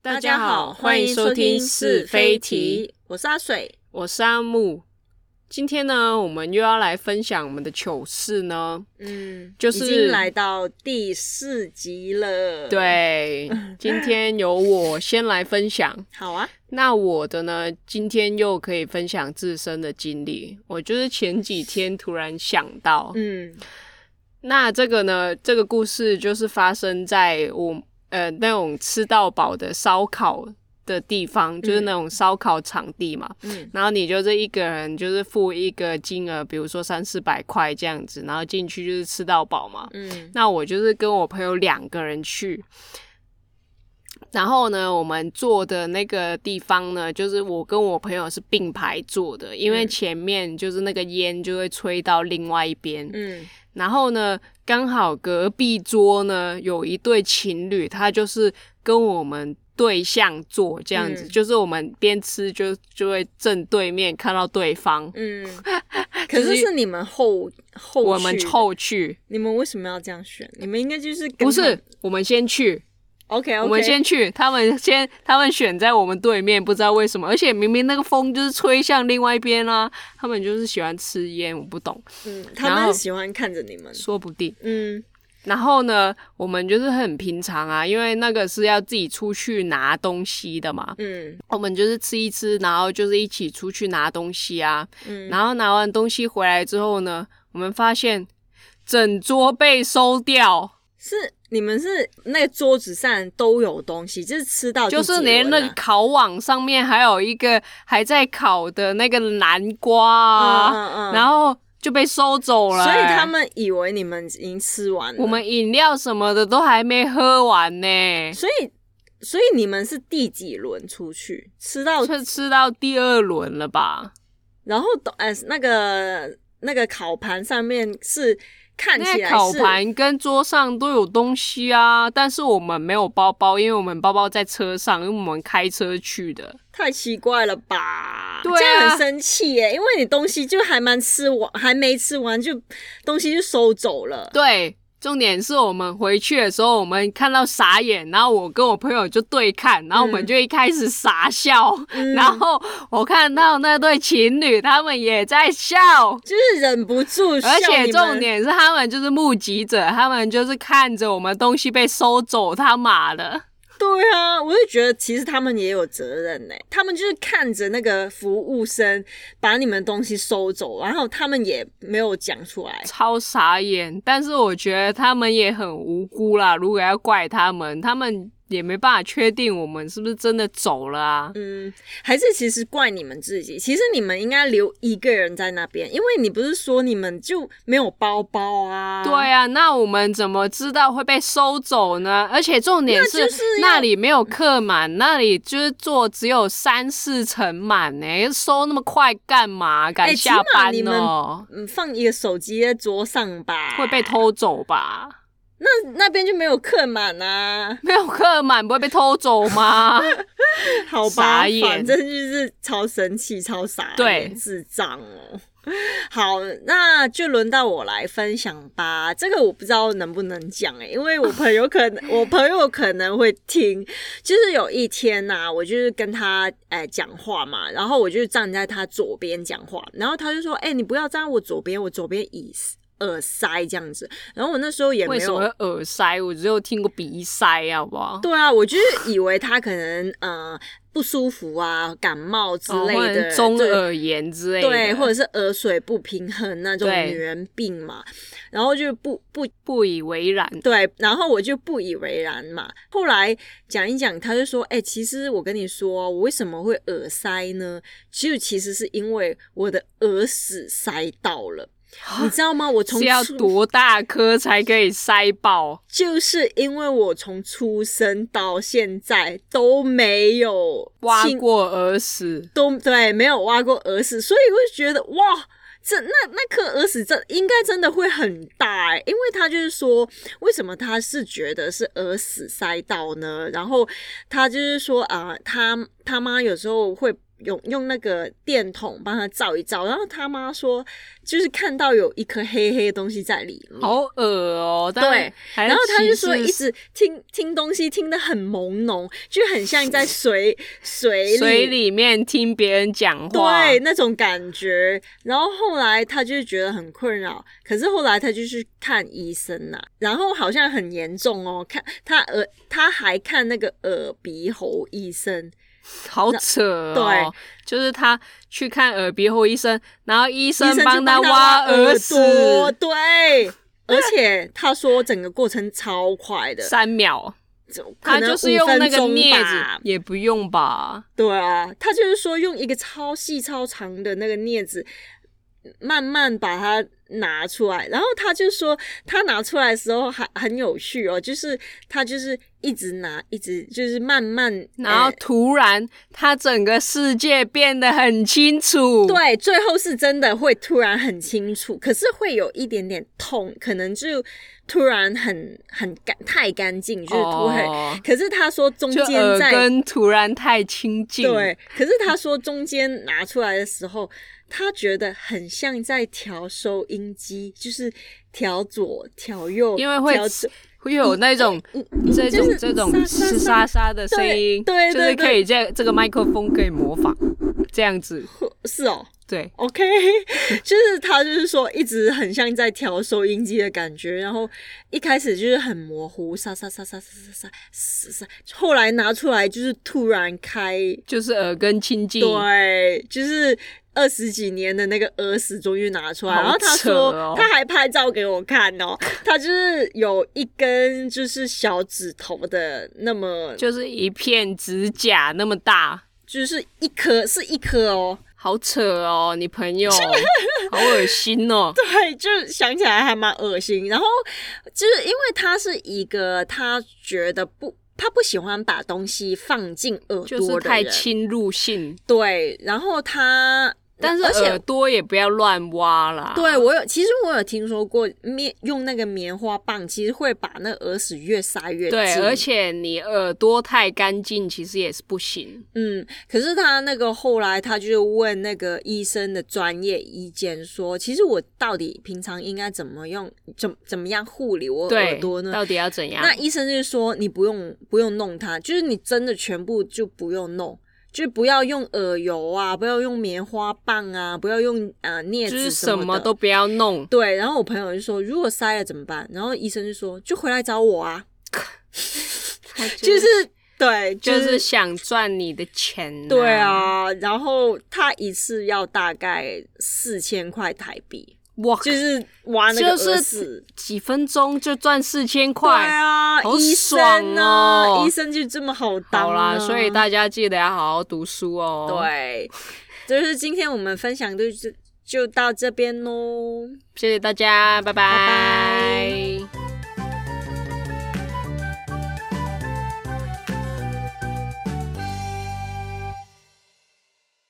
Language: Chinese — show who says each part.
Speaker 1: 大家好，欢迎收听是非题，我是阿水。
Speaker 2: 我是阿木。今天呢，我们又要来分享我们的糗事呢。
Speaker 1: 嗯，
Speaker 2: 就是
Speaker 1: 已经来到第四集了。，
Speaker 2: 对，今天由我先来分享。
Speaker 1: 好啊，
Speaker 2: 那我的呢，今天又可以分享自身的经历。我就是前几天突然想到，
Speaker 1: 嗯
Speaker 2: 那这个呢，这个故事就是发生在我呃那种吃到饱的烧烤的地方，就是那种烧烤场地嘛。
Speaker 1: 嗯
Speaker 2: 然后你就是一个人，就是付一个金额，比如说三四百块这样子，然后进去就是吃到饱嘛。
Speaker 1: 嗯
Speaker 2: 那我就是跟我朋友两个人去，然后呢，我们坐的那个地方呢，就是我跟我朋友是并排坐的，因为
Speaker 1: 嗯
Speaker 2: 前面就是那个烟就会吹到另外一边，
Speaker 1: 嗯
Speaker 2: 然后呢，刚好隔壁桌呢有一对情侣，他就是跟我们对象坐这样子，
Speaker 1: 嗯
Speaker 2: 就是我们边吃就就会正对面看到对方，
Speaker 1: 嗯。可是是你们后后
Speaker 2: 我们
Speaker 1: 续的
Speaker 2: 凑去，
Speaker 1: 你们为什么要这样选？你们应该就是跟
Speaker 2: 不是我们先去，
Speaker 1: OK OK，
Speaker 2: 我们先去，他们先他们选在我们对面，不知道为什么，而且明明那个风就是吹向另外一边啊，他们就是喜欢吃烟，我不懂，
Speaker 1: 嗯，他
Speaker 2: 然
Speaker 1: 们
Speaker 2: 后
Speaker 1: 很喜欢看着你们，
Speaker 2: 说不定。
Speaker 1: 嗯
Speaker 2: 然后呢，我们就是很平常啊，因为那个是要自己出去拿东西的嘛。
Speaker 1: 嗯
Speaker 2: 我们就是吃一吃，然后就是一起出去拿东西啊。
Speaker 1: 嗯，
Speaker 2: 然后拿完东西回来之后呢，我们发现整桌被收掉，
Speaker 1: 是你们是那个桌子上都有东西，就是吃到
Speaker 2: 就
Speaker 1: 第
Speaker 2: 是
Speaker 1: 几
Speaker 2: 连
Speaker 1: 轮
Speaker 2: 那
Speaker 1: 啊
Speaker 2: 个烤网上面还有一个还在烤的那个南瓜啊，
Speaker 1: 嗯嗯嗯
Speaker 2: 然后就被收走了欸、
Speaker 1: 所以他们以为你们已经吃完了。
Speaker 2: 我们饮料什么的都还没喝完呢、
Speaker 1: 所以所以你们是第几轮出去吃到，
Speaker 2: 就吃到第二轮了吧？
Speaker 1: 然后都呃那个那个烤盘上面是看起
Speaker 2: 那
Speaker 1: 来
Speaker 2: 烤
Speaker 1: 是
Speaker 2: 盘跟桌上都有东西啊，但是我们没有包包，因为我们包包在车上，因为我们开车去的。
Speaker 1: 太奇怪了吧？
Speaker 2: 对啊
Speaker 1: 这样很生气耶，因为你东西就还蛮吃完，还没吃完就东西就收走了。
Speaker 2: 对，重点是我们回去的时候，我们看到傻眼，然后我跟我朋友就对看，然后我们就一开始傻笑，
Speaker 1: 嗯
Speaker 2: 然后我看到那对情侣他们也在笑。
Speaker 1: 就是忍不住笑
Speaker 2: 而
Speaker 1: 你们
Speaker 2: 且重点是，他们就是目击者，他们就是看着我们东西被收走，他妈的！
Speaker 1: 对啊，我就觉得其实他们也有责任呢、欸他们就是看着那个服务生把你们东西收走，然后他们也没有讲出来。
Speaker 2: 超傻眼，但是我觉得他们也很无辜啦。如果要怪他们，他们也没办法确定我们是不是真的走了啊。
Speaker 1: 嗯，还是其实怪你们自己。其实你们应该留一个人在那边，因为你不是说你们就没有包包啊？
Speaker 2: 对啊，那我们怎么知道会被收走呢？而且重点
Speaker 1: 那
Speaker 2: 是
Speaker 1: 就是要
Speaker 2: 那里没有客满，那里就是坐只有三四成满呢、收那么快干嘛？赶
Speaker 1: 哎起码
Speaker 2: 下班
Speaker 1: 你们
Speaker 2: 哦、
Speaker 1: 嗯，放一个手机在桌上吧，
Speaker 2: 会被偷走吧？
Speaker 1: 那那边就没有客满啊，
Speaker 2: 没有客满不会被偷走吗？
Speaker 1: 好吧
Speaker 2: 傻，眼
Speaker 1: 反正就是超生气、超傻眼、
Speaker 2: 对
Speaker 1: 智障哦。好，那就轮到我来分享吧。这个我不知道能不能讲诶、因为我朋友可 能我朋友可能会听。就是有一天呐、我就是跟他诶讲、话嘛，然后我就站在他左边讲话，然后他就说：“哎、你不要站我左边，我左边椅耳塞这样子。”然后我那时 候也没
Speaker 2: 为什
Speaker 1: 有
Speaker 2: 么会耳塞？我只有听过鼻塞，好不好？
Speaker 1: 对啊，我就是以为他可能呃不舒服啊，感冒之
Speaker 2: 哦
Speaker 1: 类
Speaker 2: 或者
Speaker 1: 的，
Speaker 2: 中
Speaker 1: 对
Speaker 2: 耳炎之类的，
Speaker 1: 对，或者是耳水不平衡那种
Speaker 2: 对
Speaker 1: 女人病嘛，然后就不不
Speaker 2: 不以为然。
Speaker 1: 对，然后我就不以为然嘛。后来讲一讲，他就说：“哎、其实我跟你说，我为什么会耳塞呢？就其实是因为我的耳屎塞到了，你知道吗？我从
Speaker 2: 啊是要
Speaker 1: 出
Speaker 2: 多大颗才可以塞 爆？
Speaker 1: 就是因为我从出生到现在都没有
Speaker 2: 挖
Speaker 1: 亲
Speaker 2: 过耳屎，
Speaker 1: 都对，没有挖过耳屎，所以我就觉得哇，这那那颗耳屎这应该真的会很大哎、因为他就是说，为什么他是觉得是耳屎塞到呢？然后他就是说啊、他他妈有时候会。用用那个电筒帮他照一照，然后他妈说就是看到有一颗黑黑的东西在里面。
Speaker 2: 好恶哦、但
Speaker 1: 对
Speaker 2: 还是
Speaker 1: 然后他就
Speaker 2: 歧
Speaker 1: 说
Speaker 2: 视
Speaker 1: 一直听听东西听得很朦胧，就很 像在水水里
Speaker 2: 水里面听别人讲话，
Speaker 1: 对，那种感觉。然后后来他就觉得很困扰，可是后来他就去看医生啦，然后好像很严重哦，看他耳他还看那个耳鼻喉医生，
Speaker 2: 好扯哦、
Speaker 1: 对
Speaker 2: 就是他去看耳鼻喉医生，然后医
Speaker 1: 医
Speaker 2: 生
Speaker 1: 生就
Speaker 2: 帮
Speaker 1: 他
Speaker 2: 挖
Speaker 1: 耳
Speaker 2: 屎
Speaker 1: 朵，对。而且他说整个过程超快 的，
Speaker 2: 三秒，
Speaker 1: 可
Speaker 2: 他
Speaker 1: 能
Speaker 2: 就是
Speaker 1: 5
Speaker 2: 用
Speaker 1: 分
Speaker 2: 那个
Speaker 1: 钟
Speaker 2: 镊
Speaker 1: 吧
Speaker 2: 子，也不用吧？
Speaker 1: 对啊，他就是说用一个超细超长的那个镊子，慢慢把它拿出来。然后他就说，他拿出来的时候还很有趣哦，就是他就是一直拿，一直就是慢慢
Speaker 2: 然后
Speaker 1: 呃
Speaker 2: 突然，他整个世界变得很清楚。，
Speaker 1: 对，最后是真的会突然很清楚，可是会有一点点痛，可能就突然很很干太干净，就是突然。
Speaker 2: 哦、
Speaker 1: 可是他说中
Speaker 2: 就
Speaker 1: 间
Speaker 2: 耳
Speaker 1: 在
Speaker 2: 根突然太清净。
Speaker 1: 对，可是他说中间拿出来的时候，他觉得很像在调收音机，就是调左调右，
Speaker 2: 因为会
Speaker 1: 调左
Speaker 2: 会有那种
Speaker 1: 嗯嗯
Speaker 2: 这
Speaker 1: 就
Speaker 2: 种
Speaker 1: 是
Speaker 2: 这种
Speaker 1: 沙沙
Speaker 2: 呲沙沙的声音，
Speaker 1: 对对
Speaker 2: 就是
Speaker 1: 对
Speaker 2: 可以在这个麦克风可以模仿这样子，
Speaker 1: 是哦
Speaker 2: 对，
Speaker 1: ，OK，就是他就是说一直很像在调收音机的感觉，然后一开始就是很模糊，沙沙沙沙沙沙沙沙，后来拿出来就是突然开
Speaker 2: 就是耳根清净。
Speaker 1: 对，就是二十几年的那个耳屎终于拿出来，
Speaker 2: 好
Speaker 1: 然后他
Speaker 2: 扯
Speaker 1: 说、
Speaker 2: 哦
Speaker 1: 他还拍照给我看哦， 他就是有一根就是小指头的那么，
Speaker 2: 就是一片指甲那么大，
Speaker 1: 就是一颗是一颗哦，
Speaker 2: 好扯哦，你朋友好恶心哦。
Speaker 1: 对，就想起来还蛮恶心。然后就是因为他是一个他觉得不。他不喜欢把东西放进耳
Speaker 2: 就是
Speaker 1: 朵的人，
Speaker 2: 太侵入性，
Speaker 1: 对，然后他，
Speaker 2: 但是
Speaker 1: 而且
Speaker 2: 耳朵也不要乱挖啦。
Speaker 1: 对我有，其实我有听说过棉用那个棉花棒，其实会把那耳屎越塞越
Speaker 2: 对，
Speaker 1: 紧
Speaker 2: 而且你耳朵太干净，其实也是不行。
Speaker 1: 嗯，可是他那个后来他就问那个医生的专业意见说，其实我到底平常应该怎么用，怎怎么样护理我
Speaker 2: 对，
Speaker 1: 耳朵呢？
Speaker 2: 到底要怎样？
Speaker 1: 那医生就说你不用不用弄它，就是你真的全部就不用弄。就是不要用耳油啊，不要用棉花棒啊，不要用呃镊
Speaker 2: 就
Speaker 1: 子
Speaker 2: 是
Speaker 1: 什
Speaker 2: 什
Speaker 1: 么
Speaker 2: 么
Speaker 1: 的
Speaker 2: 都不要弄，
Speaker 1: 对，然后我朋友就说，如果塞了怎么办？然后医生就说，就回来找我啊，就是对，就、
Speaker 2: 就是是想赚你的钱、
Speaker 1: 对，啊。然后他一次要大概四千块台币，
Speaker 2: 哇，
Speaker 1: 就是挖那个
Speaker 2: 就是
Speaker 1: 耳屎。
Speaker 2: 几分钟就赚四千
Speaker 1: 对
Speaker 2: 块。
Speaker 1: 啊，
Speaker 2: 好
Speaker 1: 医生呢、
Speaker 2: 爽哦
Speaker 1: 医生就这么好当、啊。
Speaker 2: 好啦，所以大家记得要好好读书哦。，
Speaker 1: 对，就是今天我们分享的就就到这边喽，
Speaker 2: 谢谢大家，拜
Speaker 1: 拜拜。